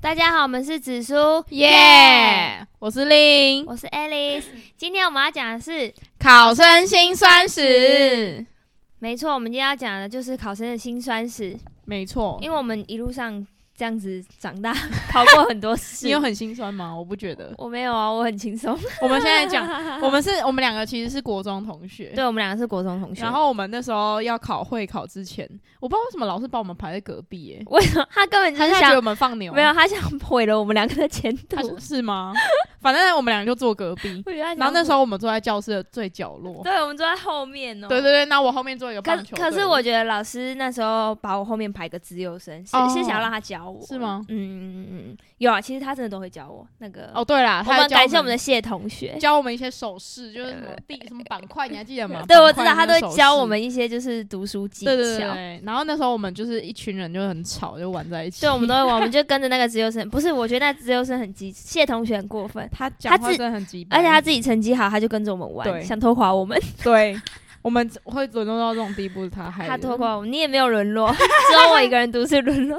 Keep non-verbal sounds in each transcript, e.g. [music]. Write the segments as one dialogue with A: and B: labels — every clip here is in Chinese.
A: 大家好，我们是紫苏，
B: 耶、我是令，
A: 我是 Alice。今
B: [laughs]
A: 天我们要讲的是，
B: 考生辛酸史，
A: 没错，我们今天要讲的就是考生的辛酸史，
B: 没错。
A: 因为我们一路上这样子长大， [laughs] 跑过很多事。
B: 你有很心酸吗？我不
A: [laughs]。
B: 觉得
A: 我没有啊，我很轻
B: [laughs]
A: 松。
B: 我们现在讲，我们是我们两个其实是国中同学，
A: 对我们两个是国中同学，
B: 然后我们那时候要考会考之前，我不知道为什么老师把我们排在隔壁、耶，
A: 为什么他根本就
B: 他是
A: 是
B: 觉得
A: 想
B: 我们放牛，
A: 没有，他想毁了我们两个的前途
B: 他。是是吗？反正我们两个就坐隔壁，
A: 我觉得他想
B: 然后那时候我们坐在教室的最角落，
A: 对我们坐在后面哦。
B: 对对对，那我后面坐一个
A: 可
B: 棒球队
A: 可是我觉得老师那时候把我后面排个资优生，是、
B: 哦
A: 是想要让他教我，
B: 是吗
A: 嗯嗯嗯嗯，有啊，其实他真的都会教我那个。
B: 哦，对啦，
A: 我
B: 他
A: 们
B: 教
A: 感谢我们的谢同学，？
B: 教我们一些手势，就是什么地什么板块，你还记得吗
A: 对
B: 板
A: 我知
B: 块
A: 道他
B: 那
A: 都
B: 个
A: 会
B: 手
A: 教我
B: 势。
A: 们一些就是读书技巧，
B: 对对对对，然后那时候我们就是一群人就很吵，就玩在一起。
A: [laughs] 对我们都会玩，我们就跟着那个资优生，不是，我觉得那资优生很急，谢同学很过分，
B: 他讲话
A: 自
B: 真的很急掰，
A: 而且他自己成绩好，他就跟着我们玩，
B: 对
A: 想拖垮我们，
B: 对我们会沦落到这种地步，是他害
A: 他
B: 的
A: 拖垮我们，你也没有沦落， [laughs] 只有我一个人独自沦
B: [laughs]
A: 落。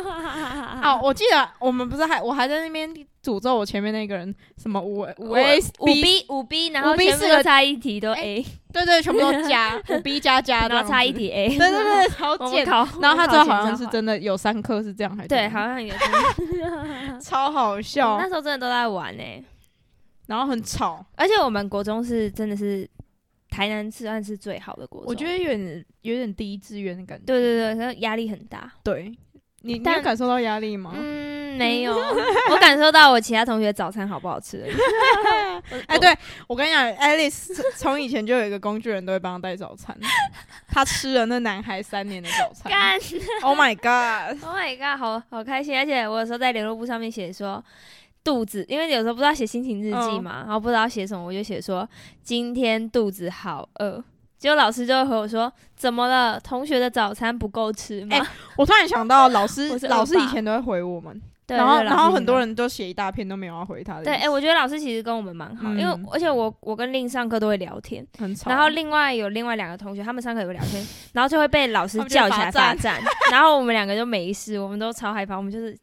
B: 哦，我记得我们不是还我还在那边诅咒我前面那个人什么五五 A
A: 五 B 五 B，然后
B: 5B
A: 全部
B: 四个哎
A: 都差一题都 A，
B: 对对，全
A: [laughs]
B: 部都加五 B 加加，
A: 然后差一，题 A，
B: [laughs] 对对对，超
A: 我们
B: 贱。
A: 考，
B: 然后他
A: 我们考
B: 最后好
A: 前
B: 像
A: 兆
B: 是
A: 化
B: 真的有三科是这样，还是
A: 对，
B: 怎么
A: 好
B: 样
A: 像有。
B: 超好 [laughs] 笑
A: 那，时候真的都在玩呢、欸
B: 然后很吵，
A: 而且我们国中是真的是台南是算是最好的国中，
B: 我觉得有点有点低志愿的感觉。
A: 对对对，然后压力很大。
B: 对，你你
A: 但
B: 有感受到压力吗？
A: 嗯，没
B: [laughs]
A: 有，我感受到我其他同学早餐好不好吃而已。
B: 哎，对我跟你讲，Alice 从 [laughs] 以前就有一个工具人都会帮她带早餐，她吃了那男孩三年的早餐。
A: 干
B: Oh my god！
A: ，Oh my god，好好开心！而且我有时候在联络簿上面写说。肚子，因为有时候不知道写心情日记
B: 嗯
A: 嘛，然后不知道写什么，我就写说今天肚子好饿。结果老师就会和我说：“怎么了？同学的早餐不够吃吗？”
B: 哎 [laughs] 我突然想到，老师
A: 我是恶霸
B: 老师以前都会回我们，
A: 对，
B: 然后
A: 对
B: 然后很多。
A: 老师
B: 人都写一大篇都没有要回他的意思，
A: 对，哎、我觉得老师其实跟我们蛮好，因为
B: 嗯
A: 而且我我跟令上课都会聊天，
B: 很吵。
A: 然后另外有另外两个同学，他们上课也会聊
B: [laughs]
A: 天，然后就会被老师
B: 他们就
A: 叫
B: 会
A: 起来
B: 罚站
A: 罚站， [laughs] 然后我们两个就没事，我们都超害怕，我们就是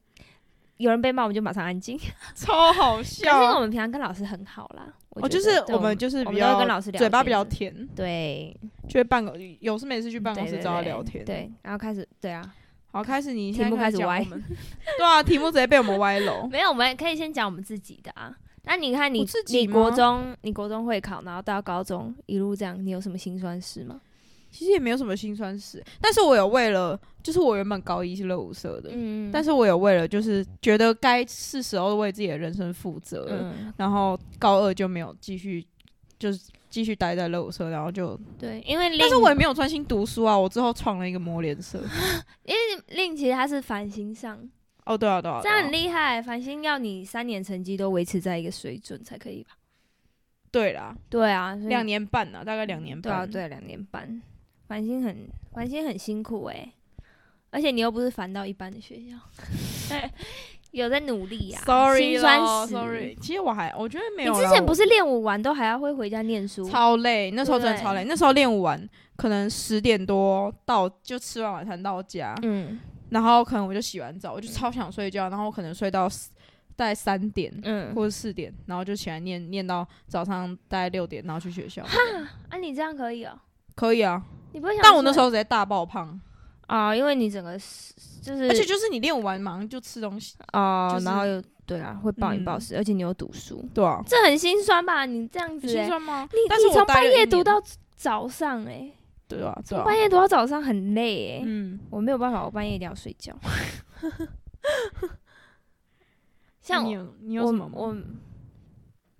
A: 有人被骂我们就马上安静。
B: 超好
A: 可是因为
B: 笑，
A: 我们平常跟老师很好啦，我
B: 啊哦，
A: 觉得
B: 就是
A: 对
B: 我
A: 我
B: 们就是
A: 我
B: 比
A: 们都会
B: 较
A: 跟老师聊
B: 嘴巴
A: 天
B: 比较甜，
A: 对
B: 就会办公有事没事去办公
A: 对
B: 室
A: 对
B: 找他
A: 对
B: 聊天。，
A: 对，然后开始对啊，
B: 好，开始你
A: 题
B: 现在
A: 目开始
B: 讲
A: 歪
B: 我们，对啊，题目直接被我们歪楼。
A: 没有，我们可以先讲我们自己的啊。那你看你
B: 哦我自己
A: 你国
B: 吗
A: 中你国中会考，然后到高中一路这样，你有什么心酸事吗？
B: [laughs] 其实也没有什么辛酸史，但是我有为了，就是我原本高一是乐舞社的，
A: 嗯
B: 但是我有为了，就是觉得该是时候为自己的人生负责了，
A: 嗯，
B: 然后高二就没有继续，就是继续待在乐舞社，然后就，
A: 对，因为令
B: 但是我也没有专心读书啊，我之后创了一个魔联 [laughs] 社。
A: 令其实他是繁星上，
B: 哦，对啊，对啊，
A: 这样很
B: 对啊
A: 厉害。繁星要你三年成绩都维持在一个水准才可以吧？
B: 对啦，
A: 对啊，所以
B: 两年半啊，大概两年
A: 对啊，
B: 半，
A: 对啊，两年半，繁星很繁星很辛苦哎、而且你又不是烦到一般的学校，
B: [laughs]
A: 有在努力呀、
B: ，sorry
A: 心酸
B: 咯
A: 史
B: sorry，其实我还我觉得没
A: 你
B: 有啦，
A: 之前
B: 我
A: 不是练舞完都还要会回家念书？
B: 超累，那时候真的
A: 对
B: 超累。那时候练舞完，可能十点多到就吃完晚餐到家，
A: 嗯
B: 然后可能我就洗完澡，我就超想睡觉，然后可能睡到四大概三点
A: 嗯，
B: 或者四点，然后就起来念念到早上大概六点，然后去学校。
A: 啊，你这样可以哦、
B: 可以啊，
A: 你不会想说？
B: 但我那时候直接大爆胖，
A: 啊、因为你整个是就是
B: 而且就是你练舞完马上就吃东西，
A: 哦、
B: 就是
A: 然后又对啊，会暴饮暴
B: 嗯
A: 食，而且你又读书，
B: 对啊，
A: 这很心酸吧？你这样子、
B: 很
A: 嗯欸，
B: 心酸吗？
A: 你
B: 但是
A: 你
B: 我
A: 从
B: 待了
A: 半
B: 一
A: 夜
B: 年
A: 读到早上、欸，
B: 对啊，对啊
A: 半，夜读到早上很累、欸，
B: 嗯，
A: 我没有办法，我半夜一定要睡
B: [laughs]
A: 觉。像
B: 你
A: 我，
B: 有你有什么吗？
A: 我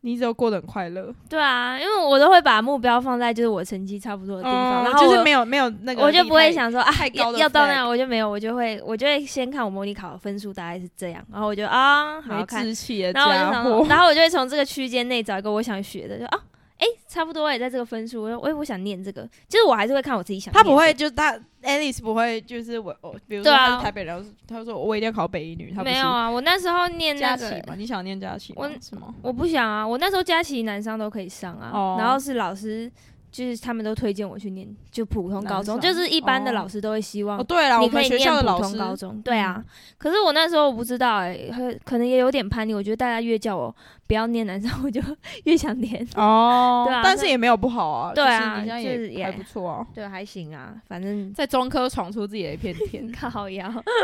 B: 你只有过得很快乐，
A: 对啊，因为我都会把目标放在就是我成绩差不多的地方，
B: 嗯
A: 然后
B: 就是
A: 我
B: 没有没有那个，
A: 我就不会。想说啊
B: 太，高
A: 要
B: 的
A: 要到
B: flag
A: 那我就没有，我就会我就会先看我模拟考的分数大概是这样，然后我就啊好
B: 没
A: 看，
B: 志气的
A: 然后我就
B: 家
A: 想
B: 伙
A: 说，， [laughs] 然后我就会从这个区间内找一个我想学的，就啊哎、差不多也在这个分数，我说哎、我想念这个，就是我还是会看我自己想念
B: 他
A: 的。
B: 不会，就是他 Alice 不会，就是我，我比如说
A: 对啊
B: 他是台北人，然后他说我一定要考北一女，他不
A: 没有
B: 是
A: 啊，我那时候念那
B: 佳
A: 个
B: 琪嘛？你想念佳琪吗？
A: 我
B: 什么？
A: 我不想啊，我那时候佳琪男商都可以上啊，
B: 哦
A: 然后是老师就是他们都推荐我去念就普通高中，
B: 南
A: 就
B: 上
A: 是一般的
B: 哦
A: 老师都会希望
B: 哦，对了，我
A: 你可
B: 们
A: 以
B: 学
A: 念
B: 校的
A: 普
B: 老
A: 通
B: 师嗯
A: 高中，对啊。可是我那时候我不知道哎、欸，可能也有点叛逆。我觉得大家越叫我不要念男生，我就 [laughs] 越想念。
B: 哦，
A: 对啊
B: 但
A: 那
B: 是也没有不好啊，
A: 对
B: 就是
A: 啊
B: 你这样
A: 就是
B: 也
A: 也
B: 还不错啊，
A: 对，还行啊，反正，
B: 在中科闯出自己的一片
A: [laughs]
B: 天
A: 靠腰。
B: [laughs]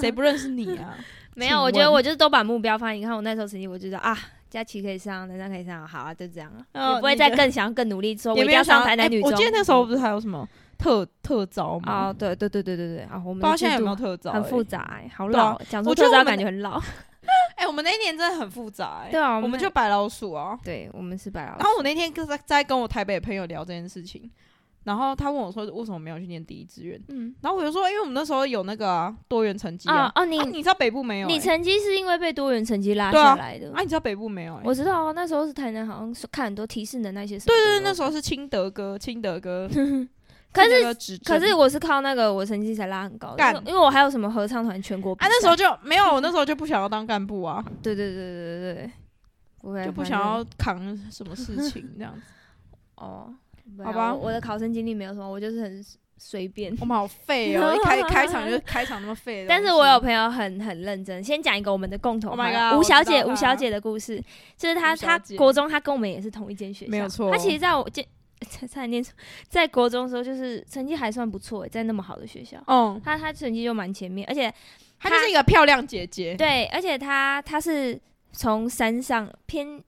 B: 谁不认识你啊？
A: 没
B: 请
A: 有，我觉
B: 问
A: 得我就是都把目标放在。你看我那时候成绩，我就知道啊，佳琪可以上，南山可以上，好啊，就这样啊，
B: 哦
A: 也不会
B: 你
A: 再
B: 的
A: 更想更努力 [laughs] 说，我
B: 也
A: 一
B: 没
A: 定
B: 有
A: 要上
B: 想
A: 台
B: 哎
A: 男女中。嗯
B: 我记得那时候不是还有什么特特招吗？
A: 哦，对对对对对对，啊，我们
B: 不
A: 的
B: 知道现在
A: 制
B: 有
A: 度
B: 没有特招、
A: 很
B: 哎
A: 复杂、欸，好
B: 对啊
A: 老，讲出
B: 我觉
A: 特
B: 得
A: 招
B: 我们
A: 感觉很老。
B: 哎、我们那一年真的很复杂、哎
A: 对啊，
B: 我们就白老鼠啊。
A: 对，我们是白老
B: 然后我那天跟在在跟我台北的朋友聊这件事情，然后他问我说为什么没有去念第一志愿，
A: 嗯，
B: 然后我就说因为我们那时候有那个啊、多元成绩
A: 哦
B: 啊，
A: 哦，你
B: 啊你知道北部没有、
A: 你
B: 哎
A: 成绩是因为被多元成绩拉
B: 对
A: 下
B: 啊
A: 来的。
B: 啊，你知道北部没有、哎
A: 我知道、啊，那时候是台南，好像是看很多提示的那些什么
B: 对
A: 的。
B: 对对，那时候是清德哥，清德 [laughs] 哥，
A: 可是
B: 是
A: 可是我是靠那个我成绩才拉很高，因
B: 干
A: 为因为我还有什么合唱团全国比
B: 啊，那时
A: 赛
B: 候就没有，我那时候就不想要当干部 [laughs] 啊，
A: 对对对对对对，
B: 就不想要扛什么事情这样子。
A: 哦，
B: 好吧
A: 我我的考生经历没有什么，我就是很随便。
B: [laughs] 我们好废哦，一开开场就开场那么废的东
A: [laughs] 但
B: [laughs] 西。
A: 是我有朋友很很认真，先讲一个我们的共同
B: Oh my
A: 朋友
B: god，
A: 吴小
B: 我知
A: 姐，
B: 道她
A: 吴小姐的故事，就是她
B: 吴小
A: 她
B: 姐
A: 国中她跟我们也是同一间学校，
B: 没有错
A: 她其实在我见 [laughs] 差差点念错，在国中的时候就是成绩还算不错，欸在那么好的学校，
B: 嗯，
A: 她她成绩就蛮前面，而且
B: 她就是一个漂亮姐姐，
A: 对，而且她她是从山上偏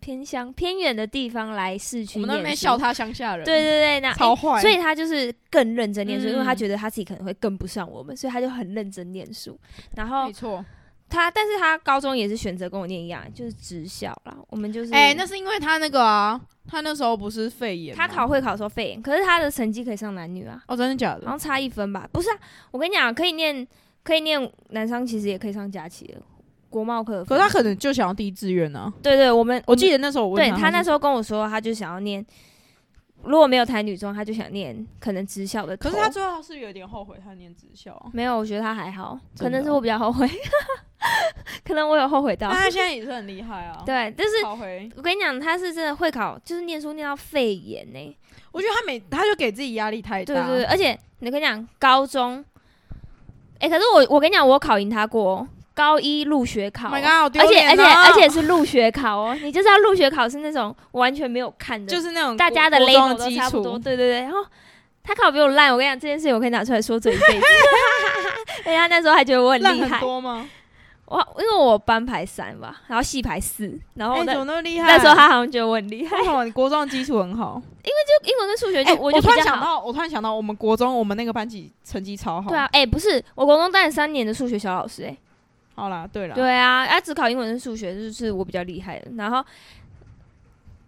A: 偏乡偏远的地方来市
B: 我
A: 区
B: 们那边
A: 念书
B: 笑，她乡下人，
A: 对，对对，那
B: 超坏。
A: 所以他就是更认真念书，
B: 嗯
A: 因为他觉得他自己可能会跟不上我们，所以他就很认真念书。然后
B: 没错，
A: 他，但是他高中也是选择跟我念一样，就是职校啦。我们就是，
B: 哎，那是因为她那个啊，她那时候不是肺炎吗，
A: 他考会考的时候肺炎，可是他的成绩可以上男女啊，
B: 哦，真的假
A: 好
B: 的？
A: 像差一分吧？不是啊，我跟你讲，可以念可以念南商，其实也可以上假期的国贸课的分。
B: 可是她可能就想要第一志愿呢。
A: 对对，我们
B: 我记
A: 得，
B: 得那时候我问
A: 嗯对他那
B: 时
A: 时候跟我说，他就想要念。如果没有台女中，他就想念可能职校的头。
B: 可是她最后是有点后悔她念职
A: [laughs]
B: 校啊，
A: 没有，我觉得他还好，
B: 真的
A: 可能是
B: 哦
A: 我比较后悔， [laughs] 可能我有后悔到
B: 但。她现在也是很厉害啊。，
A: 对，就是
B: 考回，
A: 我跟你讲，他是真的会考，就是念书念到肺炎呢、
B: 我觉得她每她就给自己压力太大。
A: 对对对，而且你跟你讲，高中，哎、可是我我跟你讲，我考赢他过哦，高一入学考
B: Oh
A: 哦、
B: my god，好丢
A: 而且
B: 脸
A: 而且
B: 哦
A: 而且是入学考哦，你就知道入学考是那种完全没有看的，
B: 就是那种
A: 大家的
B: 国中
A: level
B: 的
A: 都
B: 基
A: 差不
B: 础，
A: 多，对对对。然后他考比我烂，我跟你讲这件事情，我可以拿出来说嘴一
B: [laughs]
A: 辈子。 [laughs] 而且他那时候还觉得我很
B: 烂
A: 厉
B: 很
A: 害，
B: 多吗？
A: 我因为我班排三吧，然后系排四，然后
B: 哎，
A: 那、
B: 怎么那么厉害？
A: 那时候他好像觉得我很厉害，哎
B: 为什么你国中的基础很
A: [laughs]
B: 好？哎
A: 就英文跟数学就、
B: 我
A: 就
B: 突
A: 比
B: 然
A: 较
B: 想
A: 好。
B: 到，我突然想到，我们国中我们那个班级成绩超好。
A: 对啊，，哎、不是，我国中带了三年的数学小老师、哎，
B: 好啦，对啦，
A: 对啊，他、只考英文跟数学，就是我比较厉害的。然后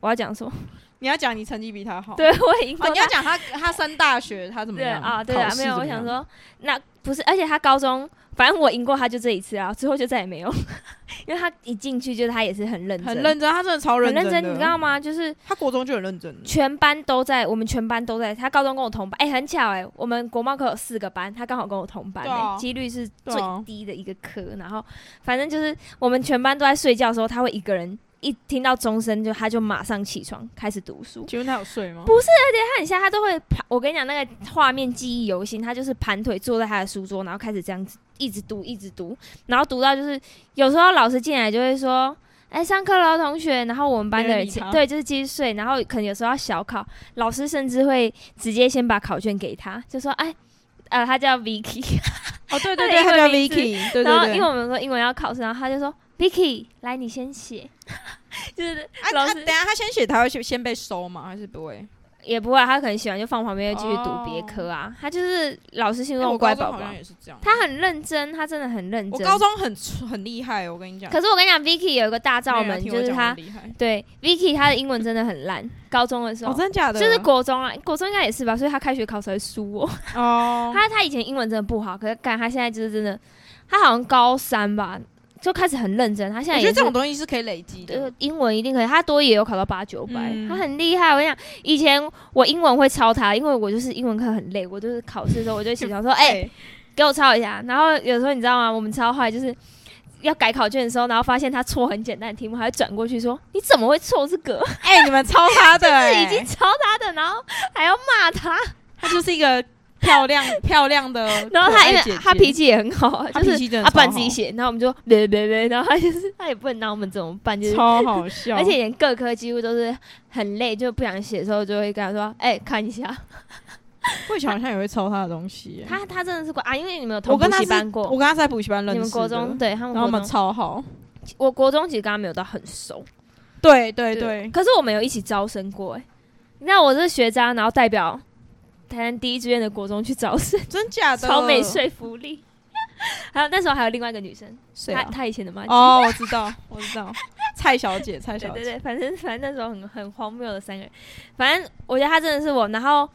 A: 我要讲什么？
B: 你要讲你成绩比他好。
A: 对，我也赢过
B: 啊，
A: 他、
B: 你要讲他他升大学他怎么
A: 哦对
B: 样
A: 啊，对啊
B: 考，试
A: 没有，
B: 怎
A: 我
B: 么样
A: 想说，那不是，而且他高中，反正我赢过他就这一次啊，之后就再也没有， [laughs] 因为他一进去就他也是很认真，
B: 很认真，他真的超
A: 很
B: 认
A: 认
B: 真
A: 真，
B: 的
A: 你知道吗？就是
B: 他国中就很认真。
A: 全班都在，我们全班都在。他高中跟我同班，哎、很巧哎、我们国贸科有四个班，他刚好跟我同班、
B: 对啊
A: 哎，几、率是最
B: 对啊
A: 低的一个科。然后反正就是我们全班都在睡觉的时候，他会一个人一听到钟声就他就马上起床开始读书。
B: 请问他有睡吗？
A: 他很像他都会盘，我跟你讲那个画面记忆犹新，他就是盘腿坐在他的书桌，然后开始这样子一直读一直读，然后读到就是有时候老师进来就会说。哎，上课喽，同学。然后我们班的
B: 没人
A: 人
B: 理他
A: 对，就是继续睡。然后可能有时候要小考，老师甚至会直接先把考卷给他，就说：“哎，呃，他叫 Vicky。
B: 哦，对
A: 他的
B: 对对，
A: 英文
B: 他叫
A: 名字
B: Vicky，”对对
A: 然后因为
B: 对。
A: 我们说英文要考试，然后他就说：“Vicky，来，你先写。”就是
B: 啊，
A: 老
B: 他
A: 师
B: 等一下他先写，他会先先被收吗？还是不会？
A: 也不会，他可能写完就放旁边，继续读别科啊。他就是老师心
B: 哎
A: 中的
B: 我高
A: 乖
B: 中
A: 宝
B: 好
A: 宝
B: 像。也是这样。
A: 他很认真，他真的很认
B: 我
A: 真。
B: 高中很很厉害，我跟你讲。
A: 可是我跟你讲，Vicky 有一个大罩
B: 没有人
A: 门，
B: 听
A: 就
B: 我
A: 是
B: 讲
A: 他
B: 我厉害。
A: 对 Vicky 他的英文真的很烂，高中的时候
B: 哦，。真的假的？
A: 就是国中啊，国中应该也是吧，所以他开学考才会输我。
B: 哦，
A: 他他以前英文真的不好，可是干他现在就是真的，他好像高三吧就开始很认真，他现在
B: 我
A: 也
B: 觉
A: 是
B: 得这种东西是可以累积
A: 对
B: 的。
A: 英文一定可以，他多也有考到八九百，
B: 嗯
A: 他很厉害。我跟你讲，以前我英文会抄他，因为我就是英文课很累，我
B: [laughs]
A: 哎就是考试的时候我就会起床说，哎、给我抄一下。然后有时候你知道吗？我们超坏，就是要改考卷的时候，然后发现他错很简单的题目，还会转过去说：“你怎么会错这个？”
B: 哎、你
A: [laughs]
B: 们超他的、
A: 是
B: 欸，
A: 已经抄他的，然后还要骂他，
B: 他就是一个漂亮漂亮的可爱姐姐，
A: 然后他因为他脾气也很好啊，
B: 她
A: 就是
B: 脾气真的
A: 他不然
B: 超
A: 自己
B: 好
A: 写，然后我们就别别别，然后他就是他也不能拿我们怎么办，就是
B: 超好笑，
A: 而且连各科几乎都是很累，就不想写的时候就会跟他说：“哎、看一下。
B: 魏强好像也会抄他的东西、欸。
A: 他”他真的是过啊，因为你们有同
B: 我跟
A: 补
B: 他
A: 习
B: 是，
A: 班
B: 我
A: 过，
B: 跟他在补习班认
A: 你
B: 识的，
A: 们国中对他们
B: 然后
A: 国
B: 我们
A: 中，
B: 超好，
A: 我国中其实跟他没有到很熟，
B: 对对对，
A: 可是我们有一起招生过哎、你知道我是学渣，然后代表台南第一志愿的国中去招生，
B: 真假的，
A: 超没说服力。 [laughs] 还有那时候还有另外一个女生，
B: 谁
A: 她
B: 啊？
A: 她以前的妈姐，
B: 哦，我知
A: [laughs]
B: 道，我知道，蔡小姐，蔡
A: 对
B: 小
A: 对
B: 姐，
A: 对，反正反正那时候很很荒谬的三个人，反正我觉得她真的是我，然后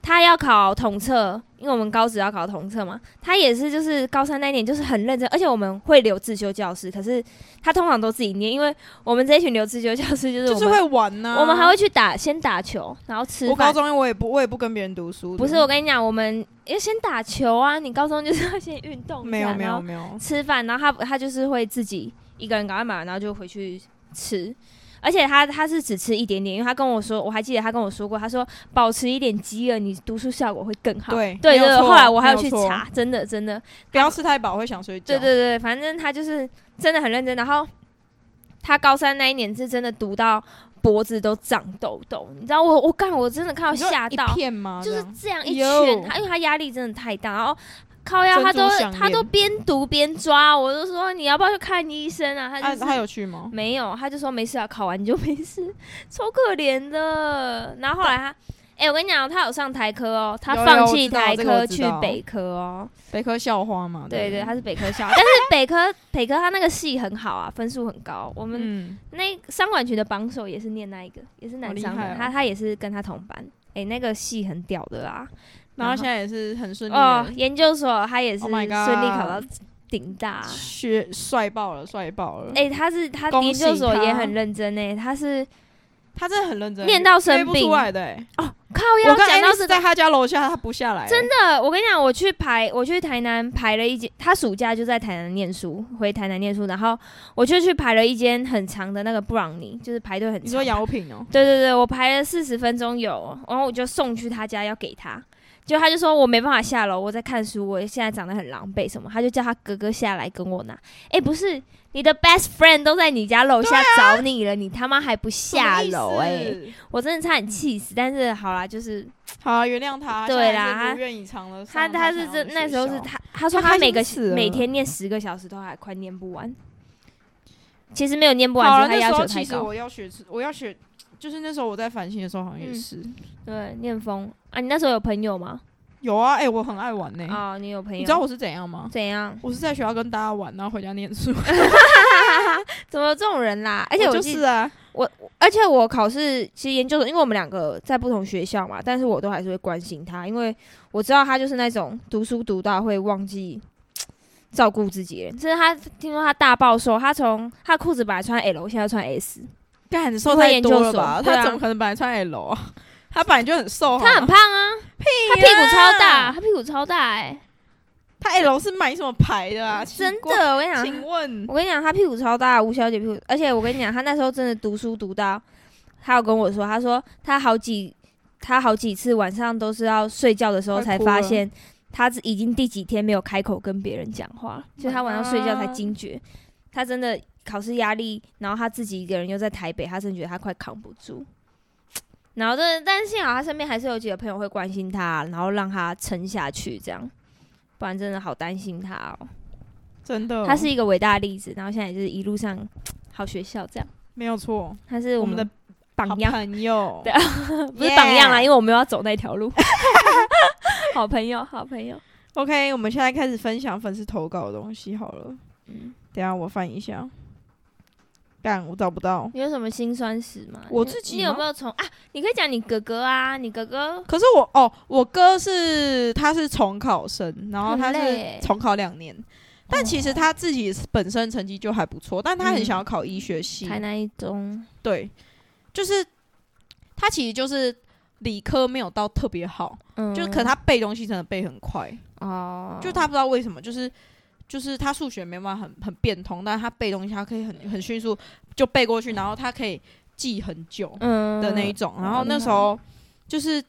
A: 她要考统测，因为我们高职要考统测嘛，她也是就是高三那一年就是很认真，而且我们会留自修教室，可是她通常都自己念，因为我们这一群留自修教室就是我
B: 就
A: 们、
B: 是会玩呢、
A: 我们还会去打先打球，然后吃
B: 嗯我
A: 饭
B: 高。中我也不我也不跟别人读书的，
A: 不是我跟你讲，我们要先打球啊！你高中就是要先运动一下，
B: 没有没
A: 然后
B: 有没有，
A: 吃饭，然后他他就是会自己一个人搞完买完，然后就回去吃。而且他他是只吃一点点，因为他跟我说，我还记得他跟我说过，他说保持一点饥饿，你读书效果会更好。
B: 对
A: 对
B: 没有
A: 对，
B: 错
A: 后来我还有去
B: 没有错
A: 查，真的真的，
B: 不要吃太饱会想睡觉，
A: 对对对，反正他就是真的很认真。然后他高三那一年是真的读到脖子都长痘痘，你知道我我干我真的看到
B: 你说
A: 吓到
B: 一，片吗？
A: 就
B: 这
A: 是
B: 样
A: 这样一
B: 哟
A: 圈，他因为他压力真的太大，然后靠腰
B: 珍
A: 他
B: 珠
A: 都
B: 项
A: 他都
B: 链
A: 边读边抓，我就说你要不要去看医生啊？他
B: 他
A: 就是、
B: 他有去吗？
A: 没有，他就说没事啊，考完你就没事， [laughs] 超可怜的。然后后来他，哎、我跟你讲，他有上台科哦，他
B: 有有
A: 放
B: 我
A: 弃
B: 知道
A: 台
B: 这个我
A: 科
B: 知
A: 去
B: 道
A: 北科哦，
B: 北科校花嘛，
A: 对对，
B: 对，
A: 他是北科校，但是北科北科他那个系很好啊，分数很高，我们
B: 嗯，
A: 那商管群的榜首也是念那一个，也是
B: 好
A: 男
B: 厉
A: 商
B: 害
A: 的，
B: 哦
A: 他他也是跟他同班，哎、那个系很屌的啊。
B: 然后
A: 然后
B: 现在也是很顺利
A: 哦，
B: 地
A: 研究所他也是
B: Oh
A: 顺
B: my
A: 利
B: god
A: 考到顶大。
B: 学帅爆了，帅爆了，
A: 啊哎、他是他
B: 恭
A: 研究
B: 喜
A: 所也
B: 他
A: 很认真诶、他是
B: 他真的很认真，
A: 念到生
B: 背不
A: 病
B: 出来的欸，
A: 靠
B: 我
A: 要
B: 跟
A: 讲到
B: Alice
A: 这个
B: 在他家楼下，他不下来，欸真的，
A: 呃，我跟你讲，我去排，我去台南排了一间，他暑假就在台南念书，回台南念书，然后我就去排了一间很长的那个布朗尼，就是排队很长。
B: 你说姚品哦，
A: 对对对，我排了四十分钟有，然后我就送去他家要给他，就他就说我没办法下楼，我在看书，我现在长得很狼狈什么，他就叫他哥哥下来跟我拿。哎，不是，你的 best friend 都在你家楼下找你了，你他妈还不下楼哎、
B: 啊什么意思
A: 我真的差点气死，但是好啦，就是
B: 好啊，原谅他，
A: 对
B: 现在
A: 啦
B: 还是
A: 他
B: 如愿以偿的。
A: 他他是
B: 这
A: 真那时候是他他说
B: 他
A: 他
B: 开
A: 每
B: 心
A: 个
B: 死了
A: 每天念十个小时都还快念不完，其实没有念不
B: 好
A: 完，
B: 了，
A: 只是他
B: 那时
A: 要
B: 候
A: 求
B: 其
A: 太
B: 实
A: 高。
B: 我要学，我要学，就是那时候我在反省的时候好像也
A: 嗯
B: 是
A: 对，念疯啊！你那时候有朋友吗？
B: 有啊，哎，我很爱玩呢。
A: 哦，你有朋友？
B: 你知道我是怎样吗？
A: 怎样？
B: 我是在学校跟大家玩，然后回家
A: [laughs]
B: 念书。
A: 怎么有这种人啦？而且我
B: 就
A: 记
B: 是啊，
A: 我，而且我考试其实研究所，因为我们两个在不同学校嘛，但是我都还是会关心他，因为我知道他就是那种读书读到会忘记照顾自己的人。甚至他听说他大暴瘦，他从他裤子本来穿 L，现在穿 S，
B: 干瘦
A: 因为
B: 太
A: 研究
B: 多了
A: 所
B: 吧？
A: 对啊
B: 他怎么可能本来穿 L 啊？他本来就很瘦，
A: 他很
B: 好吗
A: 胖啊，他屁股超大，他屁股超大哎、
B: 他 L 是买什么牌的啊？奇
A: 真
B: 怪，
A: 的，我跟你讲，
B: 请问
A: 我跟你讲，他屁股超大，吴小姐屁股，而且我跟你讲，他那时候真的读书读到，他有跟我说，他说他好几他好几次晚上都是要睡觉的时候才
B: 快哭
A: 发
B: 了
A: 现，他是已经第几天没有开口跟别人讲话，就他晚上睡觉才惊觉，
B: 啊
A: 他真的考试压力，然后他自己一个人又在台北，他真的觉得他快扛不住。然后但但是幸好他身边还是有几个朋友会关心他，然后让他撑下去，这样，不然真的好担心他哦。
B: 真的
A: 他是一个伟大的例子，然后现在就是一路上好学校这样，
B: 没有错，
A: 他是
B: 我
A: 我
B: 们
A: 们
B: 的
A: 的
B: 好
A: 榜样，
B: 朋友，
A: 对 [laughs] 啊不是榜样啦，啊因为我们要走那条路。 [laughs] 好朋友，好朋友，
B: OK，我们现在开始分享粉丝投稿的东西好了。
A: 嗯，
B: 等一下我翻一下，干我找不到。
A: 你有什么心酸史吗？
B: 我
A: 你
B: 自己
A: 你有
B: 吗
A: 没有从啊？你可以讲你哥哥啊，你哥哥
B: 可是我哦，我哥是他是重考生，然后
A: 很
B: 他
A: 累欸哦
B: 是重考两年，但其实他自己本身成绩就还不错，但他很想要考医学系。
A: 嗯台南一中，
B: 对，就是他其实就是理科没有到特别好，
A: 嗯，
B: 就可他背东西真的背很快，
A: 哦，
B: 就他不知道为什么，就是就是他数学没办法很很变通，但是他背东西他可以很很迅速就背过去，然后他可以记很久
A: 嗯
B: 的那一种。然后
A: 好厉害
B: 那时候就是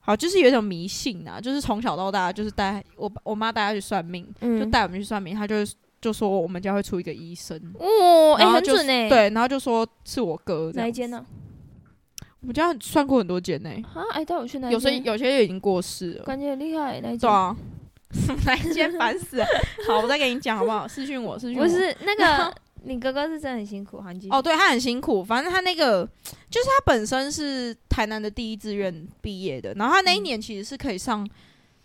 B: 好，就是有一种迷信啊，就是从小到大就是带我我妈带她去算命，就
A: 嗯，
B: 带我们去算命，她就就说我们家会出一个医生，
A: 哦，哎、
B: 然后
A: 很
B: 就
A: 准哎、，
B: 对，然后就说是我哥这
A: 哪
B: 样
A: 一。间呢、
B: 我们家算过很多间呢、
A: 啊？哎、带我去哪一
B: 有些
A: 间？
B: 有些已经过世了。
A: 感觉很厉害，哪一
B: 对
A: 间？
B: 啊， [laughs] 哪一间烦死了？好，我再给你讲好不好？私讯我，私讯我。
A: 不是那个，你哥哥是真的很辛苦，韩剧
B: 哦，对他很辛苦，反正他那个就是他本身是台南的第一志愿毕业的，然后他那一年其实是可以上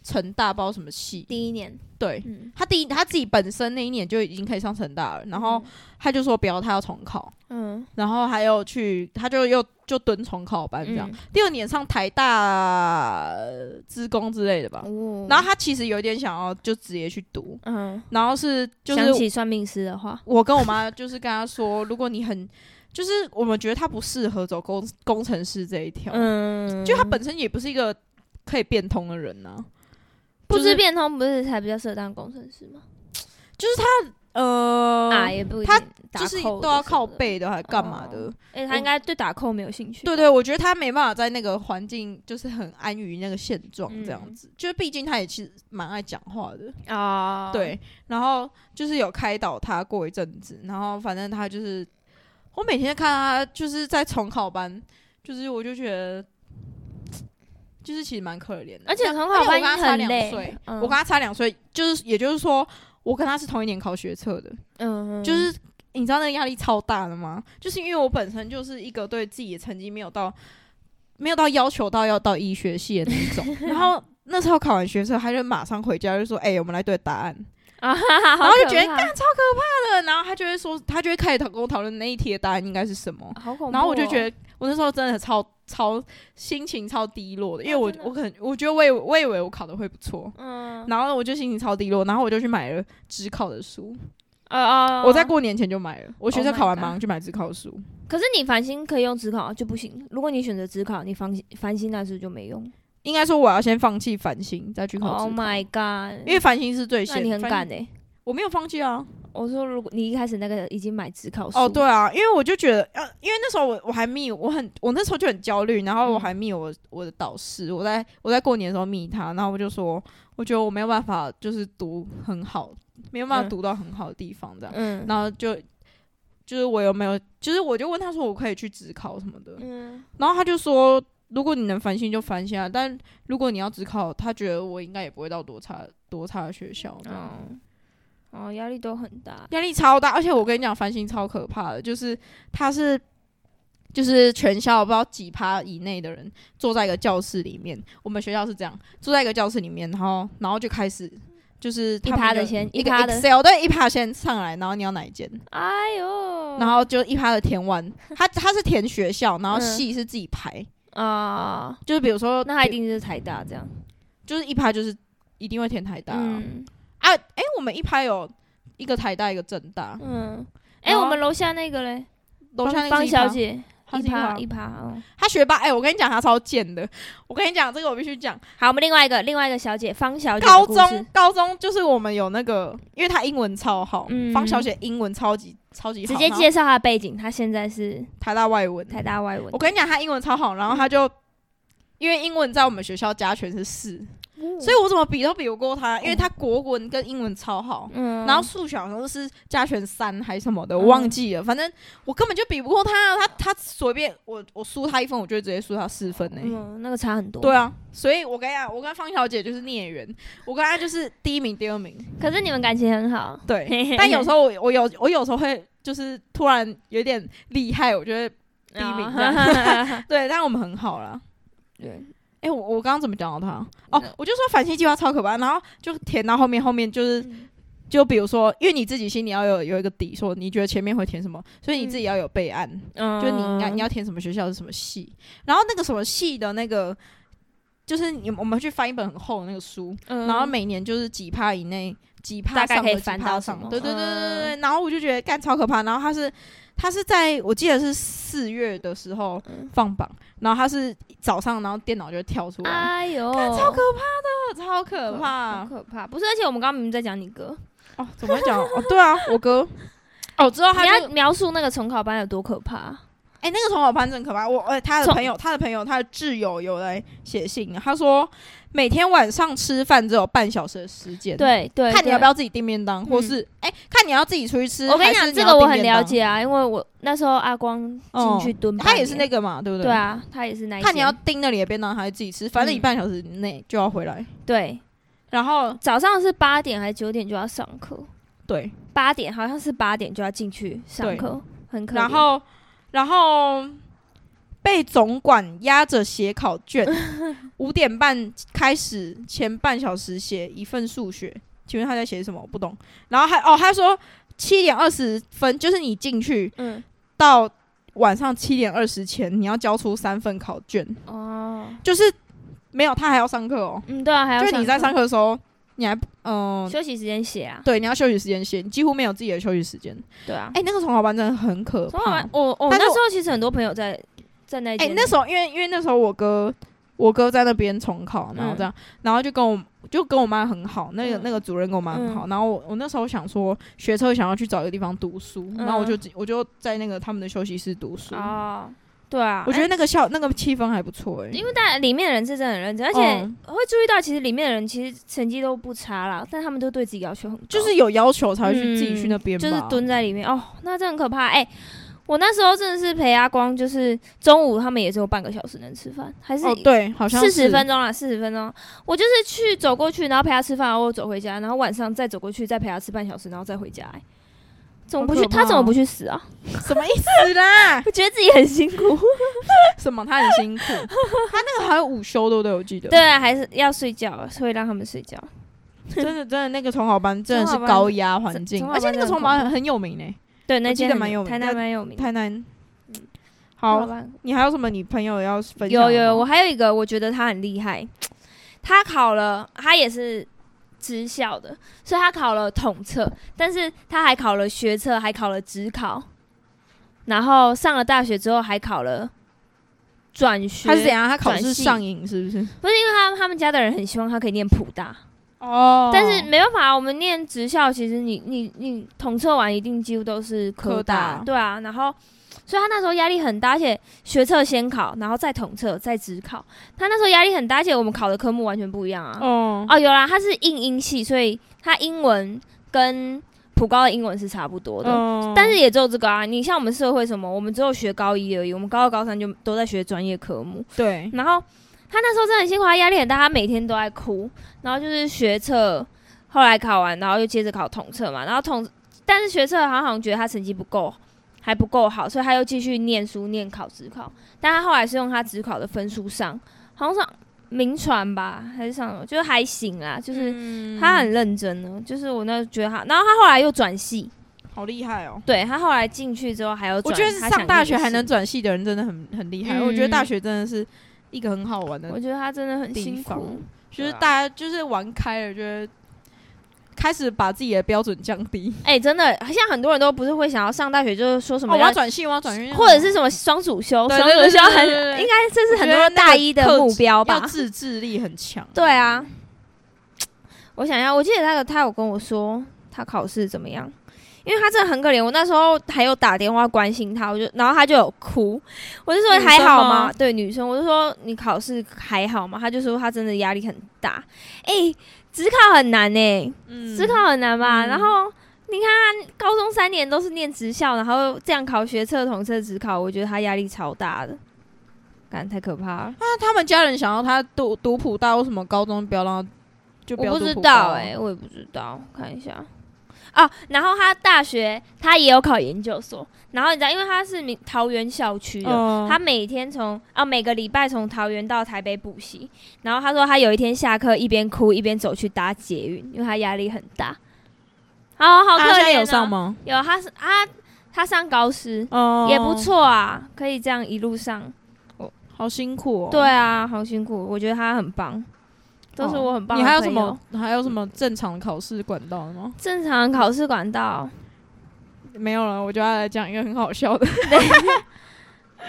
B: 成大包什么系，
A: 第一年，
B: 对
A: 嗯，
B: 他第一他自己本身那一年就已经可以上成大了，然后他就说不要，他要重考，
A: 嗯，
B: 然后还有去他就又就蹲重考班这样，
A: 嗯
B: 第二年上台大呃资工之类的吧，
A: 哦
B: 然后他其实有点想要就直接去读，
A: 嗯，
B: 然后是就
A: 想
B: 是
A: 起算命师的话，
B: 我跟我妈就是跟她说，如果你很就是我们觉得她不适合走工工程师这一条，
A: 嗯，
B: 就她本身也不是一个可以变通的人呐、
A: 不
B: 就是
A: 知变通不是才比较适合当工程师吗？
B: 呃，
A: 啊，也不一定
B: 他
A: 打
B: 就是
A: 扣
B: 都要
A: 的什么
B: 靠
A: 的，
B: 背的，还干嘛的？
A: 哦哎，他应该对打扣没有兴趣，
B: 对对，我觉得她没办法在那个环境就是很安于那个现状这
A: 嗯
B: 样子，就是毕竟她也其实蛮爱讲话的，
A: 啊，
B: 对，然后就是有开导他过一阵子，然后反正他就是，我每天看他就是在重考班，就是我就觉得，就是其实蛮可怜的，
A: 而且
B: 像
A: 重考班
B: 我跟他差
A: 很
B: 两
A: 累
B: 岁，
A: 嗯
B: 我跟他差两岁，就是也就是说，我跟他是同一年考学测的，
A: 嗯，嗯，
B: 就是。你知道那个压力超大的吗？就是因为我本身就是一个对自己的成绩没有到，没有到要求到要到医学系的那一种。
A: [laughs]
B: 然后那时候考完学测，他就马上回家就说：“哎、我们来对答案。”
A: 啊，然
B: 然后就觉得干超可怕的，然后他就会说，他就会开始跟我讨论那一题的答案应该是什么，
A: 好恐怖哦，
B: 然后我就觉得我那时候真的超超心情超低落的，因为我
A: 啊真的
B: 我可能我觉得我以为我以为我考的会不错，
A: 嗯，
B: 然后我就心情超低落，然后我就去买了职考的书，
A: 呃呃，
B: 我在过年前就买了，我学
A: Oh
B: 测
A: my
B: 考完
A: God
B: 马上去买职考的书，
A: 可是你繁星可以用职考就不行，如果你选择职考，你繁星繁星那时候就没用。
B: 应该说我要先放弃繁星再去考职
A: Oh
B: 考，
A: my god！
B: 因为繁星是最
A: 那
B: 先，
A: 你很
B: 繁
A: 敢
B: 星
A: 哎、
B: 我没有放弃啊，
A: 我说，如果你一开始那个已经买职考书，
B: 哦，对，啊，因为我就觉得，呃，因为那时候我我还密，我很我那时候就很焦虑，然后
A: 嗯
B: 我还密我、我的导师，我在我在过年的时候密他，然后我就说，我觉得我没有办法，就是读很好，没有办法
A: 嗯
B: 读到很好的地方这样，
A: 嗯
B: 然后就就是我有没有，就是我就问他说我可以去职考什么的，
A: 嗯，
B: 然后他就说，如果你能翻新就翻新啊，但如果你要职考，他觉得我应该也不会到多差多差的学校这样。
A: 哦，哦，压力都很大，
B: 压力超大，而且我跟你讲，繁星超可怕的，就是他是就是全校不知道几趴以内的人坐在一个教室里面，我们学校是这样，坐在一个教室里面，然后然后就开始就是
A: 一
B: 他
A: 趴
B: 们
A: 的
B: 有
A: 先，
B: 一个
A: 趴的，
B: Excel 对一趴先上来，然后你要哪一间，
A: 哎呦，
B: 然后就一趴的填完，他他是填学校，然后
A: 嗯
B: 系是自己排，
A: 啊、
B: 就是比如说
A: 那他一定是台大这样，
B: 就是一趴就是一定会填台大啊、
A: 嗯
B: 啊，哎、我们一趴有一个台大一个正大，
A: 嗯，哎、
B: 然后
A: 我们楼下那个嘞，
B: 楼下那个
A: 方
B: 是一
A: 小
B: 趴，
A: 姐，
B: 她
A: 一
B: 是一趴
A: 趴一趴，哦，
B: 他学霸，哎、我跟你讲，他超贱的。我跟你讲，这个我必须讲。
A: 好，我们另外一个另外一个小姐，方小姐的
B: 高
A: 故
B: 中
A: 事，，
B: 高中就是我们有那个，因为他英文超好，
A: 嗯
B: 方小姐英文超级超级好，
A: 直接
B: 然后
A: 介绍她的背景，她现在是
B: 台大外文。
A: 台嗯大外文
B: 我，跟你讲，他英文超好，然后他就因为英文在我们学校加权是四，
A: 嗯
B: 所
A: 哦所以
B: 以我怎么比都比不过他，因为他国文跟英文超好。
A: 嗯，
B: 然后数学好像是加权三还是什么的，我忘记了。反正我根本就比不过他，他他随便我我输他一分，我就会直接输他四分呢、
A: 嗯，那个差很多，
B: 对啊，所以我跟你讲，我跟方小姐就是孽缘，我跟她就是第一名、第二名。
A: 可是你们感情很好，
B: 对，但有时候我我有我有时候会就是突然有点厉害，我觉得第一名这
A: 啊 [laughs]
B: 样对，但我们很好啦。
A: 对，嗯
B: 哎、我我刚刚怎么讲到他？哦，我就说反星计划超可怕，然后就填到后面，后面就是
A: 嗯
B: 就比如说，因为你自己心里要有有一个底，说你觉得前面会填什么，所以你自己要有备案。
A: 嗯
B: 就你应该你要填什么学校是什么系，然后那个什么系的那个，就是你我们去翻一本很厚的那个书，
A: 嗯
B: 然后每年就是几趴以内，几趴
A: 大概
B: 上
A: 可以
B: 的几
A: 翻
B: 趴
A: 到
B: 上
A: 什么嗯
B: 对对对对对对。然后我就觉得干超可怕，然后他是他是在我记得是四月的时候
A: 嗯
B: 放榜，然后他是早上，然后电脑就会跳出
A: [laughs]
B: 来，
A: 哎呦，
B: 超可怕的，超可怕
A: 好。
B: 嗯
A: 可怕！不是，而且我们刚刚明明在讲你哥，
B: 哦，怎么会讲？哦，对啊，
A: [laughs]
B: 我哥。哦，之后他
A: 你
B: 就
A: 要描述那个重考班有多可怕？
B: 哎、那个重考班真的可怕。我呃，他的
A: 重
B: 朋友，他的朋友，他的挚友有来写信，他说每天晚上吃饭只有半小时的时间，，
A: 对对，
B: 看你要
A: 呃对
B: 不要自己订便当，或
A: 嗯
B: 是哎、看你要自己出去吃。
A: 我跟
B: 还
A: 你
B: 是
A: 讲，
B: 你
A: 这
B: 要
A: 个我
B: 订
A: 很
B: 便
A: 了
B: 当，
A: 解啊，因为我那时候阿光进去蹲、
B: 哦他也是那，个嘛，对不对？
A: 对。啊，他也是那一间。
B: 看你要订那里的便当还是自己吃，反
A: 嗯
B: 正你半小时内就要回来。
A: 对，
B: 然后
A: 早上是八点还是九点就要上课？
B: 对，
A: 八点好像是八点就要进去上课，很可怜。
B: 然后然后被总管压着写考
A: [laughs]
B: 卷，五点半开始前半小时写一份数学，请问他在写什么？我不懂。然后还哦，他说七点二十分，就是你进去
A: 嗯
B: 到晚上七点二十前，你要交出三份考卷，
A: 哦
B: 就是没有他还要上课哦，
A: 嗯对啊，还要
B: 就是你在上
A: 课
B: 课的时候，你还嗯、
A: 休息时间写啊，
B: 对，你要休息时间写，你几乎没有自己的休息时间。
A: 对啊。
B: 哎、那个重考班真的很哎可
A: 从好
B: 怕
A: 玩。，我我
B: 但
A: 那
B: 是我
A: 时候其实很多朋友在在那
B: 哎、
A: 间，
B: 那时候因为因为那时候我哥我哥在那边重考，然后这样，然后就跟我就跟我妈很好，那个、
A: 嗯
B: 那个主任跟我妈很好，然后我我那时候想说学车想要去找一个地方读书，
A: 嗯
B: 然后我就我就在那个他们的休息室读书，
A: 哦，对啊，
B: 我觉得
A: 哎
B: 那个校、那个气氛还不错哎、
A: 因为大家里面的人是真的很认真，而且哦
B: 嗯
A: 会注意到，其实里面的人其实成绩都不差啦，但他们都对自己要求很高，嗯
B: 就是有要求才会去、自己去那边吧，
A: 就是蹲在里面哦，那真的很可怕。哎、我那时候真的是陪阿光，就是中午他们也只有半个小时能吃饭，还是
B: 哦对，好像
A: 四十
B: 是
A: 分钟啦，四十分钟。我就是去走过去，然后陪他吃饭，然后我走回家，然后晚上再走过去，再陪他吃半小时，然后再回家、哎，怎么不去？
B: 好可怕哦
A: 他怎么不去死啊？ [laughs]
B: 什么意思啦？
A: 我觉得自己很辛苦。
B: 什么他很辛
A: [laughs]
B: 苦，他那个还有午休对不对？我记得
A: 对，啊，还是要睡觉，所以让他们睡觉。
B: 真的真的那个重考班真的是
A: 重考班
B: 高压环境，
A: 重
B: 而且那个重
A: 重
B: 考
A: 考班
B: 班很很有名呢、
A: 对，那
B: 我记
A: 间
B: 得
A: 很
B: 蛮有名
A: 台
B: 那
A: 南蛮有名的。
B: 台南。
A: 嗯好
B: 好，
A: 吧
B: 你还有什么你朋友要分享
A: 有
B: 的吗？
A: 有有，我还有一个，我觉得他很厉害，他考了，他也是职校的，所以他考了统测，但是他还考了学测，还考了职考，然后上了大学之后还考了转学。
B: 他是怎样？他考
A: 转
B: 试
A: 系
B: 上瘾是不是？
A: 不是因为他他们家的人很希望他可以念普大，
B: 哦
A: 但是没办法，我们念职校，其实你你你统测完一定几乎都是科
B: 科
A: 大，
B: 大
A: 对啊。然后，所以他那时候压力很大，而且学测先考，然后再统测，再职考。他那时候压力很大，而且我们考的科目完全不一样啊。哦
B: 哦，
A: 有啦，他是应英系，所以他英文跟普高的英文是差不多的。
B: 哦
A: 但是也只有这个啊，你像我们社会什么，我们只有学高一而已，我们高二、高三就都在学专业科目。
B: 对，
A: 然后他那时候真的很辛苦，他压力很大，他每天都在哭。然后就是学测，后来考完，然后又接着考统测嘛。然后统，但是学测好像好像觉得他成绩不够，还不够好，所以他又继续念书，念考职考。但他后来是用他职考的分数上，好像上名传吧，还是上什么，就是还行啦，就是。
B: 是
A: 他很认真呢，就是我那时候觉得他，然后他后来又转系，
B: 好厉害哦。
A: 对他后来进去之后还有
B: 我
A: 转，
B: 觉得
A: 他
B: 上
A: 想
B: 大
A: 念
B: 学
A: 的
B: 还
A: 系
B: 能，转系的人真的很很厉害。我觉得
A: 嗯
B: 大学真的是一个很好玩的
A: 我，觉得他真的很
B: 地
A: 辛
B: 方
A: 苦，
B: 就是
A: 对啊
B: 大家就是玩开了，就是开始把自己的标准降低。
A: 哎、真的，像很多人都不是会想要上大学，就是说什
B: 哦
A: 么
B: 我
A: 要、
B: 要转系，我要转系，
A: 或者是什么双主修，
B: 对
A: 双
B: 对
A: 主
B: 对
A: 修
B: 对
A: 很
B: 对对
A: 应该这是
B: 我
A: 很
B: 觉
A: 多
B: 得那
A: 大
B: 个
A: 一的
B: 特
A: 目
B: 质
A: 标
B: 要
A: 吧？
B: 自制力很强。
A: 对啊，我想要，我记得那个他有跟我说他考试怎么样，因为他真的很可怜，我那时候还有打电话关心他，我就然后他就有哭，我就说
B: 女
A: 还
B: 生
A: 好
B: 吗
A: 吗？对，女生，我就说你考试还好吗？他就说他真的压力很大，哎、职考很难呢、欸
B: 嗯
A: 职考很难吧？
B: 嗯
A: 然后你看，高中三年都是念职校，然后这样考学测、统测、职考，我觉得他压力超大的，感太可怕了。
B: 啊那他们家人想要他读读普大，为什么高中不要让他就不
A: 我
B: 要
A: 不
B: 读
A: 知
B: 普啊
A: 道
B: 大
A: 哎、我也不知道，看一下。哦，然后他大学他也有考研究所，然后你知道，因为他是民桃园校区的，
B: 嗯
A: 他每天从啊每个礼拜从桃园到台北补习，然后他说他有一天下课一边哭一边走去搭捷运，因为他压力很大。哦，好可
B: 他啊现在
A: 怜、哦。
B: 有上吗？
A: 有，他是他他上高师、
B: 哦
A: 也不，错啊，可以这样一路上。
B: 好辛苦哦。
A: 对啊，好辛苦，我觉得他很棒，都是
B: 哦
A: 我很棒、
B: 你还有什么？还有什么正常考试管道的吗？
A: 正常考试管道？
B: 没有了，我就要来讲一个很好笑的。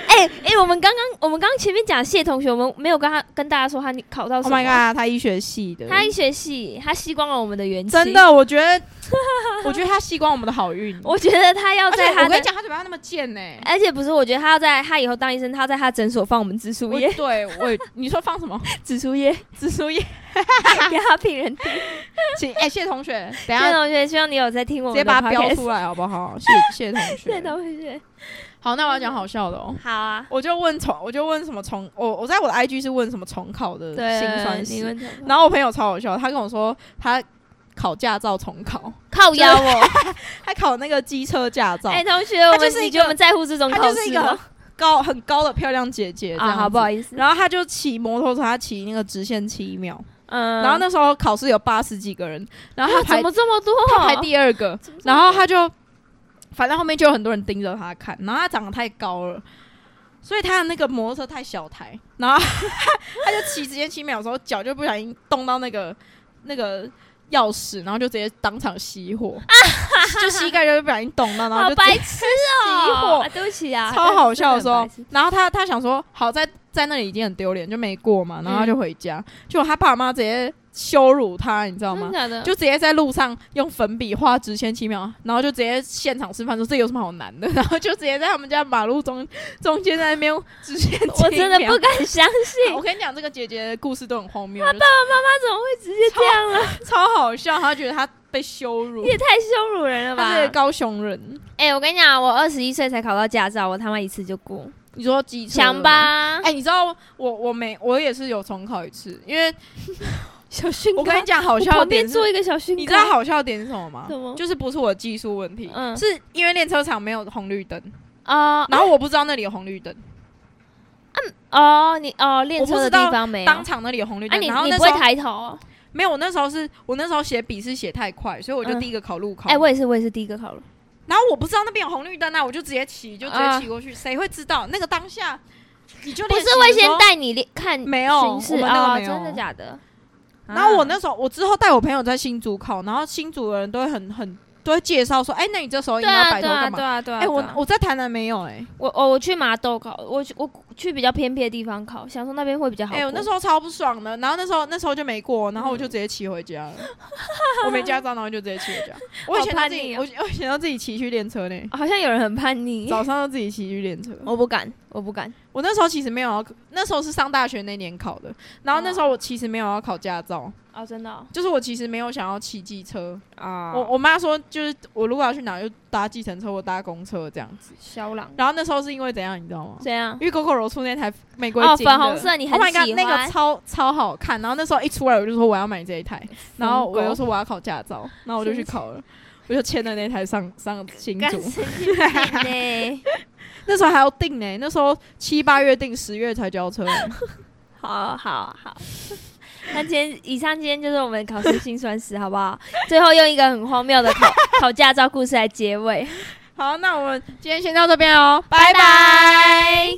A: 哎、因为哎、我们刚刚我们刚刚前面讲谢同学，我们没有跟他跟大家说他你考到什
B: Oh
A: 么。
B: my god，他医学系的，
A: 他医学系，他吸光了我们的元气。
B: 真，的，我觉得， [laughs] 我觉得他吸光我们的好运。
A: 我觉得他要
B: 而且
A: 在他
B: 我跟你
A: 的，
B: 讲，他嘴巴那么贱呢、
A: 而且不是，我觉得他要在他以后当医生，他要在他诊所放我们紫苏
B: 我
A: 叶，
B: 对我也，你说放什么
A: [laughs] 紫苏叶
B: 紫苏叶？
A: 给他病
B: [laughs]
A: 人听。
B: 请哎、谢
A: [laughs]
B: 同学，等一
A: 谢
B: 下
A: 同学，希望你有在听我们
B: 直接
A: 的
B: 把它标
A: podcast。
B: 出来好不
A: [laughs]
B: 好？谢谢同
A: 谢
B: 学。
A: 同学，
B: 好，那我要讲好笑的哦。
A: 好啊。
B: 我就问重，我就问什么重，我我在我的 IG 是问什么重考的
A: 对，
B: 辛酸
A: 你
B: 史，
A: 问他
B: 然后我朋友超好笑，他跟我说他考驾照重考，
A: 靠腰哦。
B: 他考那个机车驾
A: [laughs]
B: 照，
A: 哎，同学，我
B: 就
A: 们
B: 是一
A: 你
B: 个
A: 觉得我们在乎这种
B: 他
A: 考
B: 就是一
A: 试
B: 个
A: 吗？
B: 高很高的漂亮姐姐这
A: 啊，
B: 样、
A: 好不好？意思？
B: 然后他就骑摩托车，他骑那个直线七秒，
A: 嗯，
B: 然后？那时候考试有八十几个人，然后他
A: 怎
B: 排
A: 么这么多？
B: 他排第二个
A: 怎么，这么
B: 然后他就，反正后面就有很多人盯着他看，然后他长得太高了，所以他的那个摩托车太小台，然后 [laughs] 他就骑直线七秒的时候，脚就不小心动到那个那个钥匙，然后就直接当场
A: [laughs]
B: 熄火，就膝盖就不小心动到，然后
A: 好
B: 就直
A: 白
B: 接
A: 痴
B: 熄
A: 哦！
B: 火
A: 啊，对不起啊，
B: 超好笑的时
A: 真很
B: 候
A: 白痴，
B: 然后他他想说，好在在那里已经很丢脸，就没过嘛，然后他
A: 嗯
B: 就回家，结果他爸妈直接羞辱他，你知道吗
A: 真的？假的？
B: 就直接在路上用粉笔画直线七秒，然后就直接现场示范说这有什么好难的， [laughs] 然后就直接在他们家马路中中间在那边直线七秒。
A: 我真的不敢相信，
B: 我
A: 他
B: 跟你讲，这个姐姐的故事都很荒谬，我觉
A: 怎么会直接这样啊？
B: 得超好笑，她觉得她被羞辱
A: 你，也太羞辱人了
B: 她是
A: 吧！
B: 高雄人，
A: 哎，我跟你讲，我二十一岁才考到驾照，我他妈一次就过，
B: 你说机车
A: 强？吧？
B: 哎、你知道我我没我也是有重考一次，因为
A: [laughs] 小迅
B: [laughs] 我跟你讲好
A: 我
B: 笑的
A: 旁
B: 点
A: 边
B: 是
A: 坐一个小迅哥，
B: 你知道好笑的点是什么吗？
A: 什么
B: 就是不是我技术问题，
A: 嗯
B: 是因为练车场没有红绿灯，
A: 哦
B: 然后我不知道那里有红绿灯，
A: 哦，你哦练
B: 我不
A: 车的
B: 知道
A: 地方没有？
B: 当
A: 啊，
B: 场那里有红绿灯，
A: 你
B: 然后
A: 你
B: 那
A: 不
B: 时
A: 会
B: 候
A: 抬头哦？
B: 没有，我那时候是我那时候写笔试写太快，所以我就
A: 嗯
B: 第一个考路考。
A: 哎，我也是，我也是第一个考了。
B: 然后我不知道那边有红绿灯啊，我就直接骑，就直接
A: 啊
B: 骑过去，谁会知道？那个当下你就
A: 不
B: 练
A: 是
B: 习的
A: 会
B: 时
A: 先
B: 候。
A: 带你练看
B: 没有
A: 巡视
B: 我们那个
A: 哦
B: 没有
A: 真的假的？
B: 然后我
A: 呢？
B: 那时候我之后带我朋友在新竹考，然后新竹的人都会很很都会介绍说，哎，那你这时候应
A: 对
B: 该要
A: 啊
B: 摆头
A: 对啊
B: 干嘛
A: 对？啊对啊！
B: 哎，我
A: 对啊
B: 我在台南没有哎，
A: 我哦我去麻豆考，我去我去比较偏僻的地方考，想说那边会比较好过。嗯
B: 哎、我那时候超不爽的，然后那时候那时候就没过，然后我就直接骑回家了，我没驾照，然后就直接骑回
A: [laughs]
B: 家。我以前都自己，
A: 好哦
B: 我我以前都自己骑去练
A: [laughs]
B: 车呢，
A: 好像有人很叛逆，
B: 早上都自己骑去练车。
A: 我不敢，我不敢。
B: 我那时候其实没有要，那时候是上大学那年考的，然后那时候我其实没有要考驾照，
A: 哦，真的哦
B: 就是我其实没有想要骑机车。
A: 啊
B: 我我妈说，就是我如果要去哪就搭计程车或搭公车这样子。
A: 肖 [laughs] 朗
B: 然后那时候是因为怎样，你知道吗？
A: 这
B: [laughs]
A: 样 [laughs]
B: 因为 Coco 柔出那台玫瑰
A: 哦
B: 金的
A: 粉红色你很
B: Oh my god，
A: 喜欢
B: 那个超超好看。然后那时候一出来，我就说我要买这
A: [laughs]
B: 一台，然后我又说我要考驾照，然后我就去考了，我就签了那台 [laughs] 上上新
A: 干
B: 竹。
A: 神经病呢？
B: [laughs] 那时候还要订呢、那时候七八月订，十月才交车。 [laughs]
A: 好好好。 [laughs] 那今天以上今天就是我们考试辛酸史，好不好？最后用一个很荒谬的考 [laughs] 考驾照故事来结尾，
B: 好，那我们今天先到这边哦，拜
A: 拜拜。